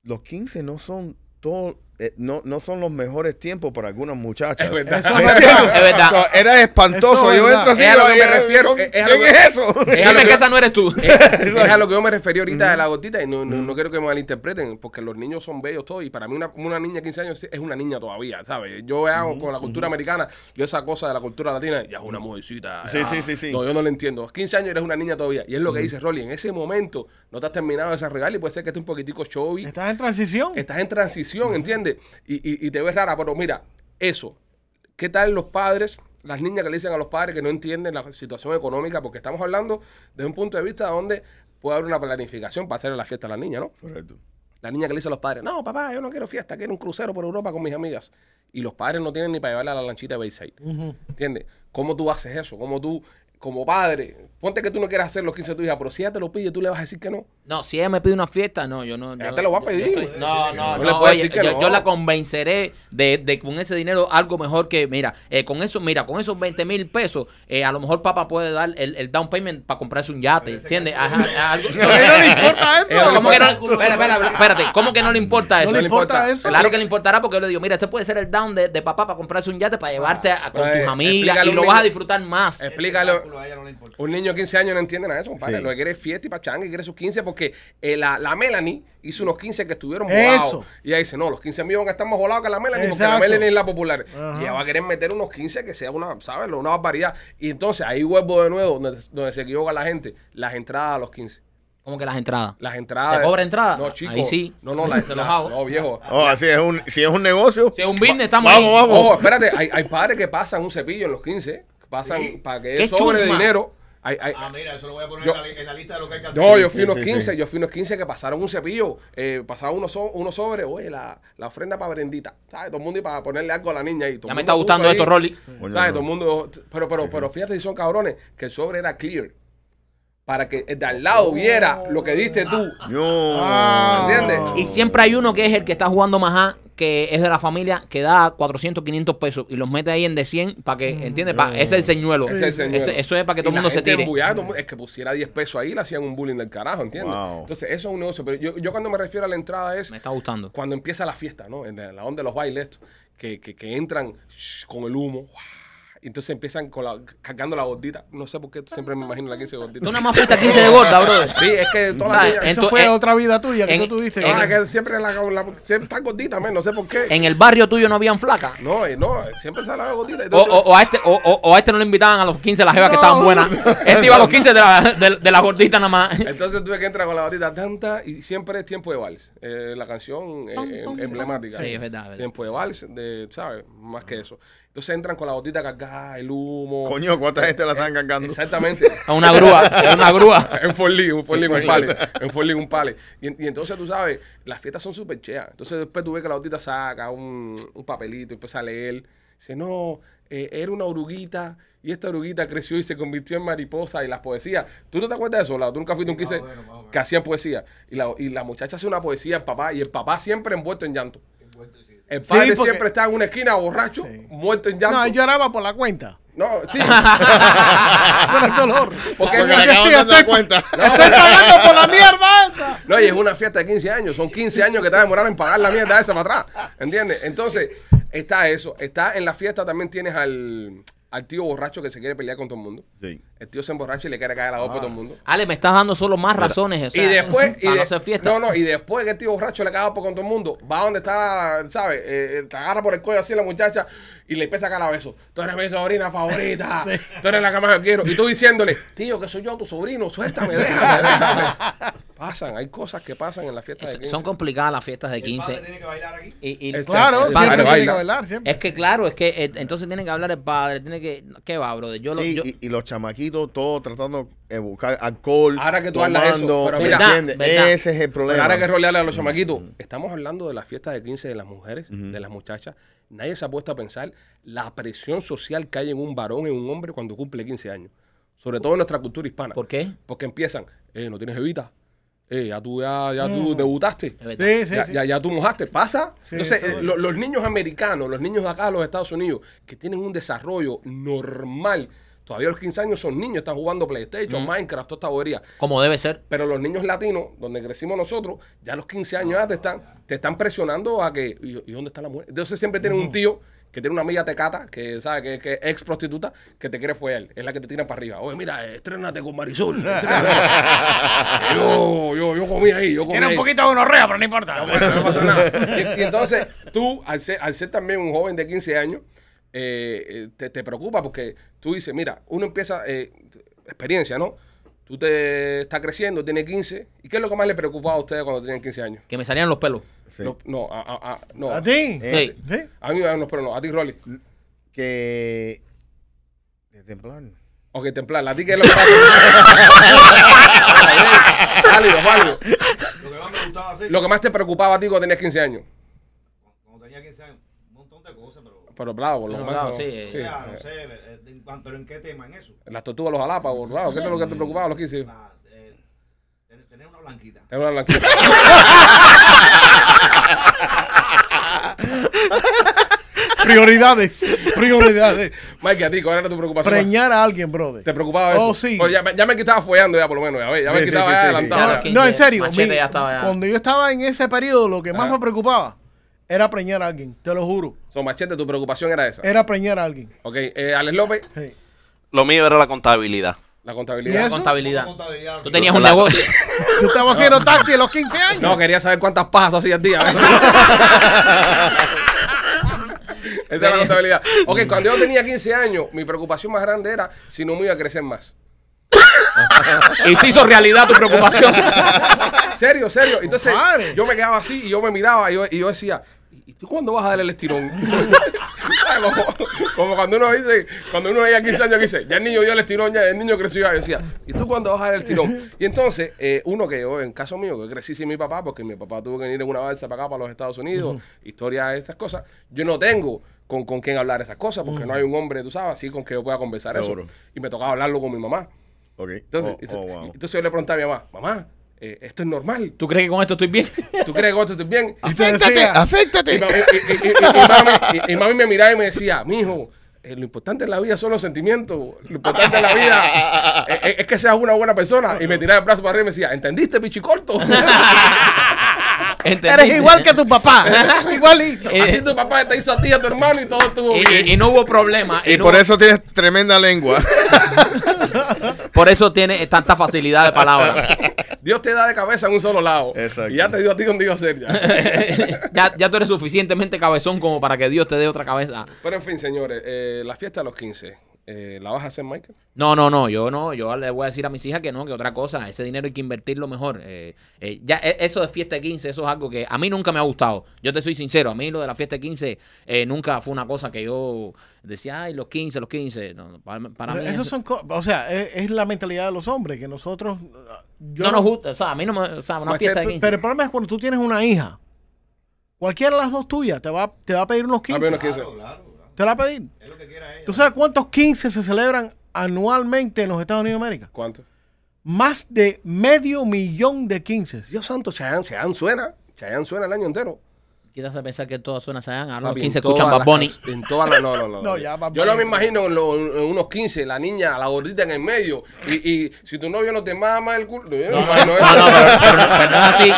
Speaker 3: Los 15 no son todos. eh, no, no son los mejores tiempos para algunas muchachas.
Speaker 1: Es verdad.
Speaker 4: Eso
Speaker 3: ¿Me
Speaker 4: es
Speaker 3: entiendes?
Speaker 4: verdad.
Speaker 2: Es verdad.
Speaker 3: O sea, era espantoso.
Speaker 4: Eso es
Speaker 3: yo
Speaker 4: verdad.
Speaker 3: entro así.
Speaker 1: Es a lo
Speaker 3: yo,
Speaker 1: que me
Speaker 3: eh,
Speaker 1: refiero, es- es a lo
Speaker 3: ¿Quién
Speaker 1: que-
Speaker 3: es eso?
Speaker 1: Es a lo
Speaker 2: Dime
Speaker 1: que-
Speaker 2: que esa no eres tú.
Speaker 1: Es a lo que yo me referí ahorita de la gotita y no, no, no quiero que me malinterpreten porque los niños son bellos todos y para mí una, una niña de 15 años es una niña todavía, ¿sabes? Yo hago con la cultura americana, yo esa cosa de la cultura latina, ya es una mujercita.
Speaker 3: Sí,
Speaker 1: ya.
Speaker 3: sí, sí, sí.
Speaker 1: No, yo no lo entiendo. 15 años eres una niña todavía y es lo que dice Rolly, en ese momento no te has terminado de desarrollar y puede ser que estés un poquitico showy,
Speaker 4: Estás en transición.
Speaker 1: estás en transición, ¿entiendes? Y, y- y te ves rara, pero mira, eso, ¿qué tal los padres? Las niñas que le dicen a los padres que no entienden la situación económica, porque estamos hablando desde un punto de vista donde puede haber una planificación para hacerle la fiesta a la niña, ¿no?
Speaker 3: Correcto.
Speaker 1: La niña que le dice a los padres, no, papá, yo no quiero fiesta, quiero un crucero por Europa con mis amigas. Y los padres no tienen ni para llevarla a la lanchita de Bayside.
Speaker 4: Ujú.
Speaker 1: ¿Entiendes? ¿Cómo tú haces eso? ¿Cómo tú, como padre, ponte que tú no quieras hacer los 15 de tu hija, pero si ella te lo pide, tú le vas a decir que no?
Speaker 2: No, si ella me pide una fiesta, no, yo no.
Speaker 1: Ella
Speaker 2: yo-
Speaker 1: te lo va a
Speaker 2: yo-
Speaker 1: pedir.
Speaker 2: yo estoy- no,
Speaker 1: No
Speaker 2: no, no.
Speaker 1: le puedes
Speaker 2: oye,
Speaker 1: decir que
Speaker 2: yo,
Speaker 1: no.
Speaker 2: yo la convenceré de, de con ese dinero algo mejor que, mira, eh, con eso, mira, con esos 20 mil pesos, eh, a lo mejor papá puede dar el, el down payment para comprarse un yate, ¿entiendes? Ajá, ajá, algo-
Speaker 4: A mí no le importa eso.
Speaker 1: Ella
Speaker 2: ¿Cómo que no,
Speaker 1: importa.
Speaker 2: le- espera, espera, espérate, ¿cómo que no le importa eso?
Speaker 4: no le importa eso.
Speaker 2: Claro que le importará porque yo le digo, mira, este puede ser el down de, de papá para comprarse un yate, para llevarte a, con
Speaker 1: Oye,
Speaker 2: tus amigas
Speaker 1: Pues, explícale
Speaker 2: y
Speaker 1: un Eh,
Speaker 2: lo
Speaker 1: niño.
Speaker 2: vas a disfrutar más.
Speaker 1: Explícalo.
Speaker 5: Ese cálculo a ella no le importa.
Speaker 1: Un niño de 15 años no entiende nada de eso, compadre.
Speaker 3: Sí.
Speaker 1: Lo que quiere es fiesta y pachanga y quiere sus 15 porque eh, la, la Melanie hizo unos 15 que estuvieron
Speaker 4: Eso.
Speaker 1: volados. Y ella dice, no, los 15 míos van a estar más volados que la Melanie porque la
Speaker 4: Exacto.
Speaker 1: Melanie es la popular.
Speaker 4: Ajá.
Speaker 1: Y ella va a querer meter unos 15 que sea una, ¿sabes? Una barbaridad. Y entonces ahí vuelvo de nuevo donde, donde se equivoca la gente. Las entradas a los 15.
Speaker 2: Como que las entradas.
Speaker 1: Las entradas.
Speaker 2: ¿Se cobra entrada?
Speaker 1: No, chico.
Speaker 2: Ahí sí.
Speaker 1: No, no, la,
Speaker 2: Se los
Speaker 1: la-
Speaker 2: hago.
Speaker 1: No, viejo.
Speaker 3: Oh, así es un, si es un negocio.
Speaker 2: Si es un business, estamos
Speaker 3: Vamos,
Speaker 2: ahí.
Speaker 3: vamos.
Speaker 1: Ojo, espérate, hay, hay padres que pasan un cepillo en los 15, que pasan para que
Speaker 2: Qué
Speaker 1: él sobre de
Speaker 2: chusma.
Speaker 1: dinero. Hay, hay,
Speaker 5: Ah, mira, eso lo voy a poner
Speaker 1: Yo-
Speaker 5: en, la, li- en la lista de lo que hay que hacer.
Speaker 1: No, yo
Speaker 3: sí,
Speaker 1: fui unos
Speaker 3: sí,
Speaker 1: 15,
Speaker 3: sí.
Speaker 1: yo fui unos 15 que pasaron un cepillo, eh, pasaban unos, so- unos sobres, oye, la, la ofrenda para Brendita, ¿sabes? Todo el mundo y para ponerle algo a la niña ahí. Todo el
Speaker 2: Ya
Speaker 1: mundo
Speaker 2: me está gustando
Speaker 1: puso
Speaker 2: esto,
Speaker 1: ahí,
Speaker 2: Rolly.
Speaker 1: ¿Sabes? Todo el mundo, pero, pero, pero fíjate si son cabrones, que el sobre era clear, para que el de al lado viera lo que diste tú.
Speaker 3: Oh. No.
Speaker 4: Ah.
Speaker 1: ¿Entiendes?
Speaker 2: Y siempre hay uno que es el que está jugando majá, que es de la familia, que da 400, 500 pesos y los mete ahí en de 100 para que, ¿entiendes? Pa- ese es el señuelo.
Speaker 1: Mm, eh, Ese es el señuelo.
Speaker 2: Ese- eso es para que
Speaker 1: Y
Speaker 2: todo el
Speaker 1: la
Speaker 2: mundo se
Speaker 1: gente
Speaker 2: tire.
Speaker 1: embullada, todo el mundo- es que pusiera 10 pesos ahí, le hacían un bullying del carajo, ¿entiendes?
Speaker 3: Wow.
Speaker 1: Entonces, eso es un negocio. Pero yo, yo cuando me refiero a la entrada es
Speaker 2: Me está gustando.
Speaker 1: cuando empieza la fiesta, ¿no? En la la onda de los bailes, esto, que, que, que entran shh, con el humo. ¡guau! Y entonces empiezan con la, cargando la gordita. No sé por qué siempre me imagino la 15 gordita.
Speaker 2: Tú nada más fuiste a 15 de gorda, brother.
Speaker 1: Sí, es que todas las niñas-
Speaker 2: ¿Sabes? En-
Speaker 4: Ah, Eso
Speaker 2: Ento-
Speaker 4: fue
Speaker 2: eh,
Speaker 4: otra vida tuya que
Speaker 2: en-
Speaker 4: tú tuviste.
Speaker 1: No,
Speaker 4: Ah,
Speaker 1: es que siempre, la, la- siempre está gordita, man, no sé por qué.
Speaker 2: En el barrio tuyo no habían flacas.
Speaker 1: No, eh, no, siempre sale la gordita.
Speaker 2: O, o- o a este, o, o- o a este no le invitaban a los 15 las jevas que
Speaker 4: No.
Speaker 2: estaban buenas. Este iba a los 15 de la, de, de la gordita nada más.
Speaker 1: Entonces tuve que entrar con la batita tanta y siempre es tiempo de vals. Eh, la canción eh, em- emblemática.
Speaker 2: Sí, es verdad, es verdad.
Speaker 1: Tiempo de vals, de, ¿sabes? Más que eso. Entonces entran con la gotita cargada, el humo.
Speaker 3: Coño, ¿cuánta gente la
Speaker 1: Eh,
Speaker 3: están cargando?
Speaker 1: Exactamente.
Speaker 2: A una grúa, a una grúa.
Speaker 1: en Fort Lee, un Fort Lee, un pale. En Fort Lee, un pale. Y, en- y entonces tú sabes, las fiestas son súper cheas. Entonces después tú ves que la gotita saca un, un papelito y empieza a leer. Dice, no, eh, era una oruguita y esta oruguita creció y se convirtió en mariposa y las poesías. ¿Tú no te acuerdas de eso? Lau? ¿Tú nunca fuiste un 15 que hacían poesía? Y la, y la muchacha hace una poesía al papá y el papá siempre envuelto en llanto. El
Speaker 4: Sí,
Speaker 1: padre
Speaker 4: porque-
Speaker 1: siempre está en una esquina borracho, muerto en llanto.
Speaker 4: no, él lloraba por la cuenta.
Speaker 1: No, sí.
Speaker 4: Fuera el dolor.
Speaker 1: Porque es
Speaker 3: Porque le
Speaker 1: una-
Speaker 4: que
Speaker 3: acabas
Speaker 4: sí,
Speaker 3: de dar
Speaker 4: estoy-
Speaker 3: cuenta.
Speaker 4: Estoy pagando por la mierda esta.
Speaker 1: No, y es una fiesta de 15 años. Son 15 años que te va a demorar en pagar la mierda esa para atrás. ¿Entiendes? Entonces, está eso. Está en la fiesta también tienes al, al tío borracho que se quiere pelear con todo el mundo.
Speaker 3: Sí.
Speaker 1: El tío se emborracha y le quiere caer la boca a todo el mundo.
Speaker 2: Ale, me estás dando solo más razones. o sea,
Speaker 1: y después, y
Speaker 2: para
Speaker 1: de-
Speaker 2: no hacer fiesta.
Speaker 1: no, no, y después que el tío borracho le caga por con todo el mundo, va donde está, ¿sabes? Eh, eh, te agarra por el cuello así la muchacha y le empieza a cagar besos. Tú eres mi sobrina favorita, tú eres la que más yo quiero. Y tú diciéndole, tío, que soy yo tu sobrino, suéltame, déjame, déjame. Pasan, hay cosas que pasan en la fiesta de
Speaker 2: Es-
Speaker 1: 15.
Speaker 2: Son complicadas las fiestas de
Speaker 5: El padre
Speaker 2: 15.
Speaker 5: tiene que bailar aquí.
Speaker 2: Y, y-
Speaker 1: Exacto.
Speaker 4: Claro,
Speaker 1: Claro,
Speaker 4: siempre tiene que
Speaker 1: baila.
Speaker 4: bailar, siempre.
Speaker 2: Es que claro, es que eh, entonces tienen que hablar el padre, tiene que... ¿Qué va, brother? Yo, lo-
Speaker 3: Sí,
Speaker 2: yo-
Speaker 3: y, y los chamaquitos todos tratando de buscar alcohol.
Speaker 1: Ahora que tú hablas eso, pero
Speaker 3: ¿me
Speaker 2: mira-
Speaker 3: entiendes?
Speaker 2: Verdad, verdad.
Speaker 3: Ese es el
Speaker 1: Pero
Speaker 3: problema.
Speaker 1: ahora hay que rolearle a los chamaquitos. Estamos hablando de la fiesta de 15 de las mujeres, de las muchachas. Nadie se ha puesto a pensar la presión social que hay en un varón, en un hombre, cuando cumple 15 años. Sobre todo en nuestra cultura hispana.
Speaker 2: ¿Por qué?
Speaker 1: Porque empiezan, eh, no tienes evita. Eh, ya tú, ya, ya tú debutaste.
Speaker 2: Es verdad.
Speaker 4: Mm. Sí, sí,
Speaker 1: Ya,
Speaker 4: sí.
Speaker 1: ya, ya tú mojaste, pasa.
Speaker 4: Sí,
Speaker 1: Entonces,
Speaker 4: eso
Speaker 1: eh, lo- los niños americanos, los niños de acá de los Estados Unidos, que tienen un desarrollo normal, todavía a los 15 años son niños, están jugando PlayStation,
Speaker 2: Mm.
Speaker 1: Minecraft, toda esta bobería.
Speaker 2: Como debe ser.
Speaker 1: Pero los niños latinos, donde crecimos nosotros, ya a los 15 años ya te están, te están presionando a que. ¿Y, y dónde está la mujer? Entonces siempre tienen un tío que tiene una amiga tecata, que sabe que, que es ex prostituta, que te quiere follar. Es la que te tira para arriba. Oye, mira, estrénate con Marisol. estrénate. yo, yo, yo comí ahí, yo comí
Speaker 7: Tiene un
Speaker 1: ahí.
Speaker 7: poquito de gonorrea, pero no importa.
Speaker 1: No pasa nada. Y, y entonces, tú, al ser, al ser también un joven de 15 años, eh, eh, te, te preocupa porque tú dices, mira, uno empieza, eh, experiencia, ¿no? Tú te estás creciendo, tienes 15. ¿Y qué es lo que más le preocupaba a ustedes cuando tenían 15 años?
Speaker 2: Que me salían los pelos.
Speaker 3: Sí.
Speaker 1: No, no, a, a- a- no.
Speaker 4: ¿A ti?
Speaker 3: Eh,
Speaker 2: Sí.
Speaker 4: Sí.
Speaker 1: A mí no, pero no. A ti, Rolly.
Speaker 3: Que. De templar.
Speaker 1: Ok, templar. ¿A ti qué es lo que más Válido, válido.
Speaker 5: Lo que más me gustaba hacer
Speaker 1: Lo que más te preocupaba a ti cuando tenías 15 años.
Speaker 5: cuando tenía 15 años, un montón de cosas, pero.
Speaker 1: Pero bravo, lo
Speaker 2: Pero
Speaker 1: más.
Speaker 2: bravo,
Speaker 1: no.
Speaker 2: sí, eh.
Speaker 5: O
Speaker 1: Sí,
Speaker 5: sea, no
Speaker 1: eh,
Speaker 5: sé, eh, en cuanto en qué tema, en eso.
Speaker 1: Las tortugas, los alápagos, bravo. ¿Qué es lo que te preocupaba a los 15?
Speaker 5: La- eh, ten- tener una blanquita.
Speaker 1: Es una blanquita.
Speaker 4: Prioridades. Prioridades.
Speaker 1: Mike, a ti, ¿cuál era tu preocupación?
Speaker 4: Preñar a alguien, brother.
Speaker 1: ¿Te preocupaba eso?
Speaker 4: Oh, sí.
Speaker 1: Pues ya, me- ya me quitaba follando ya, por lo menos. Ya, ve, ya me
Speaker 3: Sí, sí,
Speaker 1: quitaba
Speaker 3: sí,
Speaker 1: ya
Speaker 3: sí,
Speaker 1: adelantado. ya.
Speaker 2: sí. Claro que-
Speaker 4: No, en serio.
Speaker 2: Machete
Speaker 4: mi-
Speaker 2: ya estaba ya.
Speaker 4: Cuando yo estaba en ese periodo, lo que más
Speaker 1: Ajá.
Speaker 4: me preocupaba era preñar a alguien, te lo juro.
Speaker 1: So, machete, tu preocupación era esa.
Speaker 4: Era preñar a alguien.
Speaker 1: Ok, eh, Alex López,
Speaker 4: Sí.
Speaker 6: Lo mío era la contabilidad.
Speaker 1: la
Speaker 4: ¿Y
Speaker 1: contabilidad.
Speaker 4: eso?
Speaker 2: Contabilidad.
Speaker 5: Contabilidad.
Speaker 2: Tú tenías un negocio.
Speaker 4: Yo estaba haciendo taxi a los 15 años.
Speaker 1: No, quería saber cuántas pajas hacía al día. a ver si- Esa era la contabilidad. Ok, cuando yo tenía 15 años, mi preocupación más grande era si no me iba a crecer más.
Speaker 2: y se hizo realidad tu preocupación.
Speaker 1: Serio, serio. Entonces,
Speaker 4: Compadre.
Speaker 1: yo me quedaba así y yo me miraba y yo, y yo decía, ¿y tú cuándo vas a darle el estirón? como, como cuando uno dice, cuando uno veía 15 años que dice, ya el niño dio el estirón, ya el niño creció. ya". Yo decía, ¿y tú cuándo vas a dar el estirón? Y entonces, eh, uno que yo, en caso mío, que crecí sin mi papá, porque mi papá tuvo que venir en una balsa para acá, para los Estados Unidos, historia de estas cosas, yo no tengo. Con, con quién hablar esas cosas, porque no hay un hombre, tú sabes, así con que yo pueda conversar
Speaker 3: Seguro.
Speaker 1: eso. Y me tocaba hablarlo con mi mamá.
Speaker 3: Ok.
Speaker 1: Entonces,
Speaker 3: Oh,
Speaker 1: eso-
Speaker 3: oh, wow.
Speaker 1: entonces yo le preguntaba a mi mamá, mamá, eh, esto es normal.
Speaker 2: ¿Tú crees que con esto estoy bien?
Speaker 1: ¿Tú crees que esto estoy bien?
Speaker 4: Y te decía,
Speaker 1: Y, ma- y- y- y- y mami, y- y mami me miraba y me decía, mijo, eh, lo importante en la vida son los sentimientos. Lo importante en la vida eh, eh, es, que seas una buena persona. Y me tiraba el brazo para arriba y me decía, ¿entendiste, pichicorto?
Speaker 4: eres igual que tu papá. Igualito.
Speaker 1: Así tu papá te hizo a ti, a tu hermano y todo estuvo bien.
Speaker 2: Eh, Y, y- y no hubo problema.
Speaker 3: Y
Speaker 2: no
Speaker 3: por
Speaker 2: hubo-
Speaker 3: eso tienes tremenda lengua.
Speaker 2: por eso tiene tanta facilidad de palabra.
Speaker 1: Dios te da de cabeza en un solo lado.
Speaker 3: Exacto.
Speaker 1: Y ya te dio a ti donde iba a ser ya.
Speaker 2: ya, ya tú eres suficientemente cabezón como para que Dios te dé otra cabeza.
Speaker 1: Pero en fin, señores, eh, la fiesta de los 15, eh, ¿la vas a hacer, Michael?
Speaker 2: No, no, no, yo no, yo le voy a decir a mis hijas que no, que otra cosa, ese dinero hay que invertirlo mejor. Eh, eh, ya e- eso de fiesta de 15, eso es algo que a mí nunca me ha gustado. Yo te soy sincero, a mí lo de la fiesta de 15 eh, nunca fue una cosa que yo decía, ay, los 15, los 15. No, no, para, para mí
Speaker 4: Esos
Speaker 2: eso-
Speaker 4: son, co- o sea, e-, es, es la mentalidad de los hombres que nosotros. uh, yo
Speaker 2: no nos gusta, o sea, a mí no me, o sea, una
Speaker 1: Machete,
Speaker 2: fiesta de 15.
Speaker 4: Pero el problema es cuando tú tienes una hija. Cualquiera de las dos tuyas te va, te va a pedir unos
Speaker 1: A ver,
Speaker 4: 15.
Speaker 1: los 15.
Speaker 5: Claro, claro, claro.
Speaker 4: Te la va a pedir.
Speaker 5: Es lo que quiera ella.
Speaker 4: ¿Tú sabes cuántos 15 se celebran anualmente en los Estados Unidos de América?
Speaker 1: ¿Cuánto?
Speaker 4: Más de medio millón de 15.
Speaker 1: Dios santo, Chayanne, Chayanne suena. Chayanne suena el año entero.
Speaker 2: Quizás a pensar que todas suenan Sayan. Ahora los
Speaker 1: Papi,
Speaker 2: 15
Speaker 1: en todas
Speaker 2: escuchan Bad
Speaker 1: las
Speaker 2: Bunny.
Speaker 1: can- En todas las. No, no, no.
Speaker 4: No, ya, Bad
Speaker 1: Yo no me
Speaker 4: Bunny.
Speaker 1: imagino en, lo- en unos 15, la niña, la gordita en el medio. Y, y si tu novio no te mama el culo. eh, Yo no, me
Speaker 2: No, no,
Speaker 1: imagino eso.
Speaker 2: no, pero, pero no- pero no es así.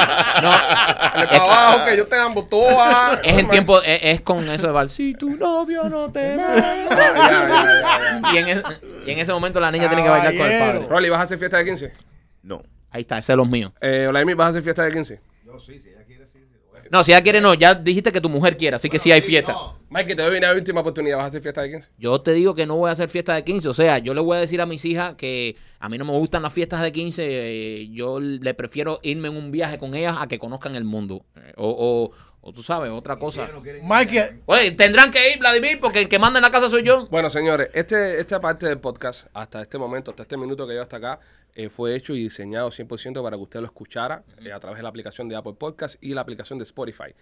Speaker 2: No.
Speaker 1: Dale pa'
Speaker 2: Es-
Speaker 1: abajo, que yo te amo todas.
Speaker 2: Es en tiempo, es, es con eso de Val. Si tu novio no te va.
Speaker 1: Ah, ya, ya, ya,
Speaker 2: Y en, es- y en ese momento la niña tiene que bailar con el
Speaker 1: ya.
Speaker 2: padre.
Speaker 1: Rolly, ¿vas a hacer fiesta de 15?
Speaker 3: No.
Speaker 2: Ahí está, ese es los míos.
Speaker 1: Eh, Olaimi, ¿vas a hacer fiesta de 15?
Speaker 5: Yo sí, si ella quiere, sí, sí. Bueno,
Speaker 2: No, si ella quiere, no. Ya dijiste que tu mujer quiere, así que sí hay fiesta.
Speaker 5: no,
Speaker 1: Mike, te doy una última oportunidad. ¿Vas a hacer fiesta de 15?
Speaker 2: Yo te digo que no voy a hacer fiesta de 15. O sea, yo le voy a decir a mis hijas que a mí no me gustan las fiestas de 15. eh, yo le prefiero irme en un viaje con ellas a que conozcan el mundo. Eh, O, o, o tú sabes, otra
Speaker 5: si
Speaker 2: cosa.
Speaker 5: ella no quiere,
Speaker 4: Mike,
Speaker 2: Oye, tendrán que ir, Vladimir, porque el que manda en la casa soy yo.
Speaker 1: Bueno, señores, este, esta parte del podcast, hasta este momento, hasta este minuto que yo hasta acá, eh, fue hecho y diseñado 100% para que usted lo escuchara eh, a través de la aplicación de Apple Podcast y la aplicación de Spotify.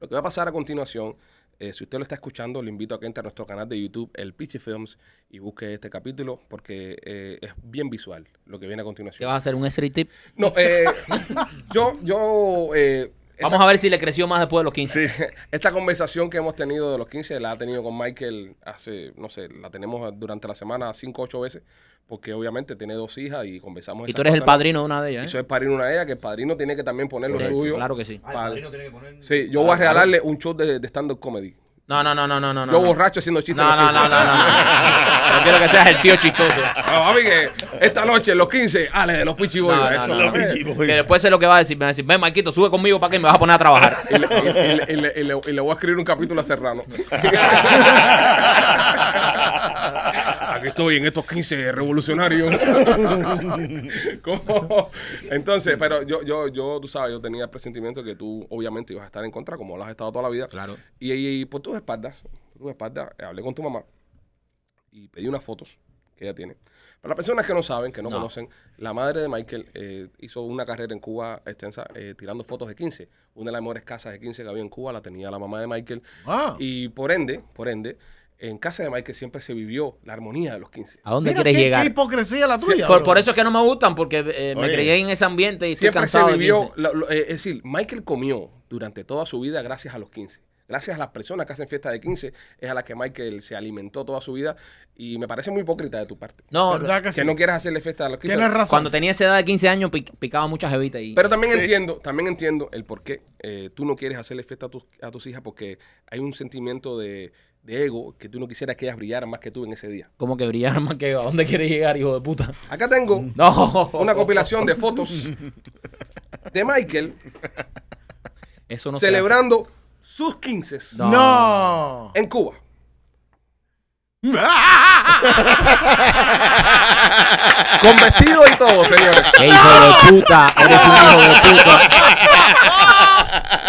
Speaker 1: Lo que va a pasar a continuación, eh, si usted lo está escuchando, le invito a que entre a nuestro canal de YouTube, El Pichi Films, y busque este capítulo porque eh, es bien visual lo que viene a
Speaker 2: ¿Qué
Speaker 1: continuación.
Speaker 2: vas a hacer? ¿Un street tip?
Speaker 1: No, eh, yo, yo, eh,
Speaker 2: Vamos a ver si le creció más después de los 15.
Speaker 1: esta conversación que hemos tenido de los 15 la ha tenido con Michael hace, no sé, la tenemos durante la semana 5 o 8 veces, porque obviamente tiene dos hijas y conversamos.
Speaker 2: y
Speaker 1: esas
Speaker 2: tú eres el
Speaker 1: cosas, ¿no?
Speaker 2: padrino de una de ellas.
Speaker 1: Y
Speaker 2: ¿eh?
Speaker 1: soy el padrino una de ellas, que el padrino tiene que también poner lo
Speaker 2: Correcto,
Speaker 1: suyo.
Speaker 2: Claro que sí.
Speaker 5: Ah, el padrino tiene que poner.
Speaker 1: Sí, yo voy a regalarle un show de, de stand-up comedy.
Speaker 2: No, no, no, no, no. no
Speaker 1: yo
Speaker 2: no.
Speaker 1: borracho haciendo chistes.
Speaker 2: No,
Speaker 1: en los
Speaker 2: no,
Speaker 1: 15.
Speaker 2: no, no, no. no. Yo quiero que seas el tío chistoso.
Speaker 1: Ah, papi, que esta noche, los 15, ale de los pichiboyos.
Speaker 2: No, no,
Speaker 1: eso,
Speaker 2: no, no.
Speaker 1: papi.
Speaker 2: Que después sé lo que va a decir. Me va a decir, ven, Marquito, sube conmigo para que me vas a poner a trabajar.
Speaker 1: Y le, y le- y le- y le- y le voy a escribir un capítulo a Serrano. Aquí estoy en estos 15 revolucionarios. ¿Cómo? Entonces, pero yo, yo, yo, tú sabes, yo tenía el presentimiento que tú obviamente ibas a estar en contra, como lo has estado toda la vida.
Speaker 2: Claro.
Speaker 1: Y, y por tus espaldas, por tus espaldas, eh, hablé con tu mamá y pedí unas fotos que ella tiene. Para las personas que no saben, que no,
Speaker 2: No.
Speaker 1: conocen, la madre de Michael eh, hizo una carrera en Cuba extensa eh, tirando fotos de 15. Una de las mejores casas de 15 que había en Cuba la tenía la mamá de Michael.
Speaker 4: ah,
Speaker 1: Y por ende, por ende, en casa de Michael siempre se vivió la armonía de los 15.
Speaker 2: ¿A dónde
Speaker 4: mira
Speaker 2: quieres
Speaker 4: qué-
Speaker 2: llegar?
Speaker 4: Qué hipocresía la tuya.
Speaker 2: Por,
Speaker 4: bro.
Speaker 2: por eso es que no me gustan, porque eh, me
Speaker 3: Oye,
Speaker 2: crié en ese ambiente y estoy
Speaker 1: Siempre se
Speaker 2: cansado de
Speaker 1: vivió,
Speaker 2: 15.
Speaker 1: lo- lo- eh, es decir, Michael comió durante toda su vida gracias a los 15. Gracias a las personas que hacen fiesta de 15, es a las que Michael se alimentó toda su vida. Y me parece muy hipócrita de tu parte.
Speaker 2: No,
Speaker 4: ¿Verdad que
Speaker 1: Que
Speaker 4: sí?
Speaker 1: no quieras hacerle fiesta a los 15.
Speaker 4: Tienes razón.
Speaker 2: cuando tenía esa edad de 15 años pi- picaba muchas jevitas y
Speaker 1: Pero también entiendo, también entiendo el por qué eh, tú no quieres hacerle fiesta a tus, a tus hijas porque hay un sentimiento de, de ego que tú no quisieras que ellas brillaran más que tú en ese día.
Speaker 2: como que brillar más que yo. ¿A dónde quieres llegar, hijo de puta?
Speaker 1: Acá tengo
Speaker 2: Mm. No.
Speaker 1: una compilación de fotos de Michael
Speaker 2: Eso no se
Speaker 1: celebrando sus 15
Speaker 2: No.
Speaker 4: No.
Speaker 1: en Cuba. Con vestido y todo, señores.
Speaker 2: hace. ¡Qué hijo de puta! ¡Eres un hijo de puta!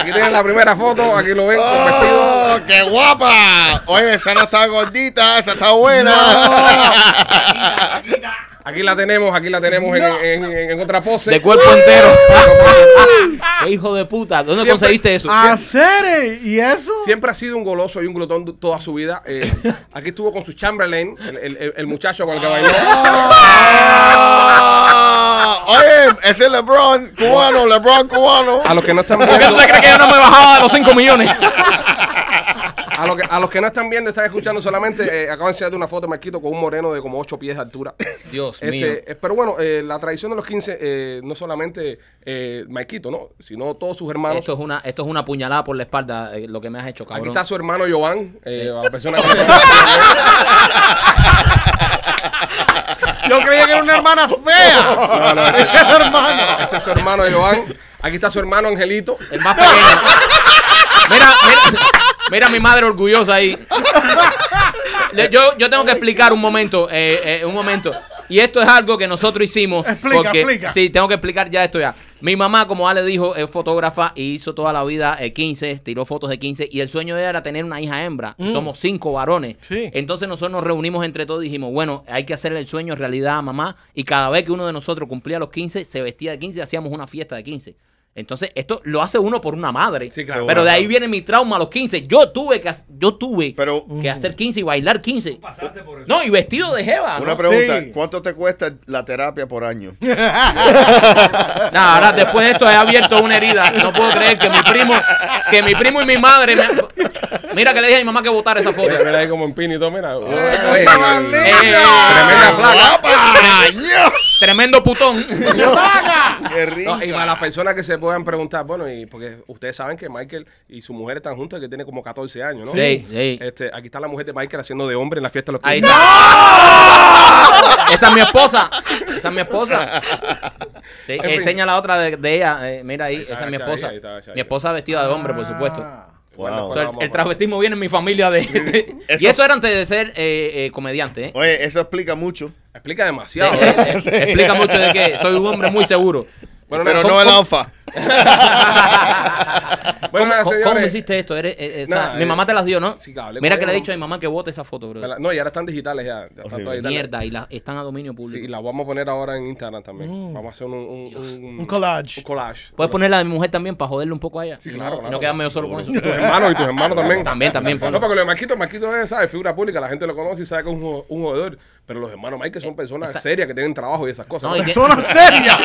Speaker 1: Aquí tienen la primera foto, aquí lo ven con vestido.
Speaker 3: ¡Oh, qué guapa! Oye, esa no está gordita, esa está buena.
Speaker 1: Aquí la tenemos, aquí la tenemos en- en, en- en otra pose.
Speaker 2: De cuerpo entero. ¡Qué hijo de puta! ¿Dónde
Speaker 1: Siempre- Ah,
Speaker 2: conseguiste eso?
Speaker 4: Hacer eh, y eso.
Speaker 1: Siempre ha sido un goloso y un glotón du- toda su vida. Eh, aquí estuvo con su Chamberlain, el, el- el- el muchacho con el que bailó.
Speaker 3: Ah, Oye, ese es LeBron cubano, LeBron cubano.
Speaker 1: A los que no están
Speaker 2: ¿Por qué tú
Speaker 1: viendo,
Speaker 2: te crees que yo no me bajaba de los 5 millones?
Speaker 1: a los que, a los que no están viendo, están escuchando solamente. eh, acabo de enseñarte una foto, Marquito, con un moreno de como 8 pies de altura.
Speaker 2: Dios mío.
Speaker 1: Este, eh, pero bueno, eh, la tradición de los 15, eh, no solamente eh, Marquito, ¿no? Sino todos sus hermanos.
Speaker 2: Esto es, una, esto es una puñalada por la espalda, eh, lo que me has hecho,
Speaker 1: Aquí
Speaker 2: cabrón.
Speaker 1: está su hermano Giovanni, eh, a la persona que...
Speaker 4: Yo creía que era una hermana fea.
Speaker 1: No, no, ese,
Speaker 4: hermano.
Speaker 1: ese es su hermano Giovanni. Aquí está su hermano Angelito.
Speaker 2: El más pequeño. Mira, mira, mira a mi madre orgullosa ahí. Le- Yo, yo tengo que explicar un momento, eh, eh, un momento. Y esto es algo que nosotros hicimos.
Speaker 4: Explica, explica.
Speaker 2: Sí, tengo que explicar ya esto ya. Mi mamá, como Ale dijo, es fotógrafa y hizo toda la vida eh, 15, tiró fotos de 15 y el sueño de ella era tener una hija hembra. Somos cinco varones.
Speaker 4: Sí.
Speaker 2: Entonces nosotros nos reunimos entre todos y dijimos, bueno, hay que hacerle el sueño realidad a mamá. Y cada vez que uno de nosotros cumplía los 15, se vestía de 15 y hacíamos una fiesta de 15. Entonces, esto lo hace uno por una madre.
Speaker 1: Sí, claro.
Speaker 2: Pero de ahí viene mi trauma a los 15. Yo tuve que, ha- yo tuve
Speaker 3: Pero
Speaker 2: que hacer 15 y bailar 15.
Speaker 5: Pasaste por el.
Speaker 2: No, y vestido de jeva.
Speaker 3: una
Speaker 2: ¿no?
Speaker 3: pregunta,
Speaker 4: Sí.
Speaker 3: ¿cuánto te cuesta la terapia por año?
Speaker 2: No, ahora después de esto he abierto una herida. No puedo creer que mi primo, que mi primo y mi madre me- Mira que le dije a mi mamá que votara esa foto.
Speaker 1: Mira, mira ahí como en pin y todo, mira.
Speaker 4: ¡Qué
Speaker 1: Oye,
Speaker 4: cosa más linda!
Speaker 1: Tremenda placa.
Speaker 2: Eh, Tremendo putón.
Speaker 3: ¡Qué rico!
Speaker 1: No, y para las personas que se puedan preguntar, bueno, y porque ustedes saben que Michael y su mujer están juntos, que tiene como 14 años, ¿no?
Speaker 2: Sí, sí.
Speaker 1: Este, aquí está la mujer de Michael haciendo de hombre en la fiesta de los
Speaker 2: Ahí
Speaker 1: 15.
Speaker 2: está. Esa es mi esposa. Esa es mi esposa. Sí,
Speaker 1: fin.
Speaker 2: enseña la otra de, de ella. eh, mira ahí, esa es
Speaker 1: Ahí
Speaker 2: mi
Speaker 1: está,
Speaker 2: esposa.
Speaker 1: ahí está, ahí está.
Speaker 2: Mi esposa vestida de hombre,
Speaker 1: Ah.
Speaker 2: por supuesto.
Speaker 1: Bueno,
Speaker 3: Wow.
Speaker 2: O
Speaker 1: después
Speaker 2: sea, el,
Speaker 1: vamos a-
Speaker 2: el travestismo viene en mi familia de... y
Speaker 3: Eso-
Speaker 2: eso era antes de ser eh, eh, comediante. ¿eh?
Speaker 3: Oye, eso explica mucho.
Speaker 1: Explica demasiado.
Speaker 2: Eh,
Speaker 1: ¿eh?
Speaker 2: eh, explica mucho de que soy un hombre muy seguro.
Speaker 1: Bueno,
Speaker 3: pero
Speaker 1: nada,
Speaker 3: no
Speaker 1: son-
Speaker 3: el alfa.
Speaker 1: Bueno, nada,
Speaker 2: ¿Cómo,
Speaker 1: Ah, señores.
Speaker 2: cómo me hiciste esto? Eres, eh, eh, o sea,
Speaker 1: Nada,
Speaker 2: mi
Speaker 1: eh,
Speaker 2: mamá te las dio, ¿no?
Speaker 1: sí, claro, le
Speaker 2: Mira que le he
Speaker 1: cogieron-
Speaker 2: dicho a mi mamá que bote esa foto, bro.
Speaker 1: Me la- No, y ahora están digitales ya. ya están todas digitales.
Speaker 2: Mierda, y la, están a dominio público.
Speaker 1: Sí, y la vamos a poner ahora en Instagram también.
Speaker 2: Mm.
Speaker 1: Vamos a hacer un, un, un-
Speaker 4: Un collage.
Speaker 1: un collage.
Speaker 2: Puedes ponerla a mi mujer también para joderle un poco a ella.
Speaker 1: Sí,
Speaker 2: Y
Speaker 1: claro,
Speaker 2: Pues,
Speaker 1: claro.
Speaker 2: no, y no quedarme yo solo con eso.
Speaker 1: Tus hermanos y tus hermanos también.
Speaker 2: También, también,
Speaker 1: No,
Speaker 2: ponlo.
Speaker 1: porque lo de Marquito, Marquito es, ¿sabes? Figura pública, la gente lo conoce y sabe que es un, jo- un jodedor. Pero los hermanos Mike son personas
Speaker 2: Eh, Esa-
Speaker 1: serias que tienen trabajo y esas cosas.
Speaker 2: No,
Speaker 1: ¿no?
Speaker 2: y, que-
Speaker 4: Persona seria.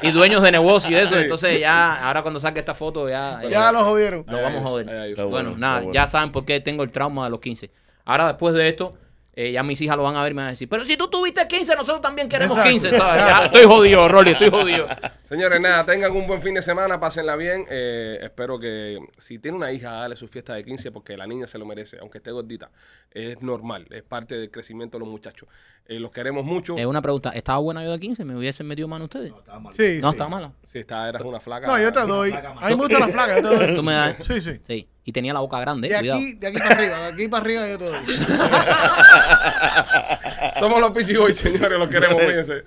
Speaker 2: y dueños de negocio y eso.
Speaker 1: Sí.
Speaker 2: Entonces ya, ahora cuando saque esta foto ya... eh,
Speaker 4: ya lo jodieron.
Speaker 2: Nos vamos a joder.
Speaker 1: Ahí hay-
Speaker 3: Está
Speaker 2: bueno,
Speaker 3: bueno,
Speaker 2: nada,
Speaker 3: está bueno.
Speaker 2: ya saben por qué tengo el trauma de los 15. Ahora, después de esto, eh, ya mis hijas lo van a ver y me van a decir, pero si tú tuviste 15, nosotros también queremos
Speaker 4: Exacto.
Speaker 2: 15, ¿sabes? Ya, estoy jodido, Rolly, estoy jodido.
Speaker 1: Señores, nada, tengan un buen fin de semana, pásenla bien. Eh, espero que si tiene una hija, dale su fiesta de 15 porque la niña se lo merece, aunque esté gordita. Es normal, es parte del crecimiento de los muchachos. Eh, los queremos mucho.
Speaker 2: Es una pregunta, ¿estaba buena yo de 15? ¿Me hubiesen metido mano ustedes?
Speaker 5: No, estaba mal.
Speaker 4: Sí,
Speaker 2: No,
Speaker 4: sí.
Speaker 2: estaba mala.
Speaker 1: Si esta eras una flaca.
Speaker 4: No, yo te doy.
Speaker 5: Placa,
Speaker 4: A mí me gustan las placas, yo te doy.
Speaker 2: Tú me das-
Speaker 4: Sí, sí.
Speaker 2: Sí, y tenía la boca grande, eh,
Speaker 4: De
Speaker 2: cuidado.
Speaker 4: aquí, de aquí para arriba, de aquí para arriba yo te doy.
Speaker 1: Somos los Pichi Boys, señores, los queremos, cuídense.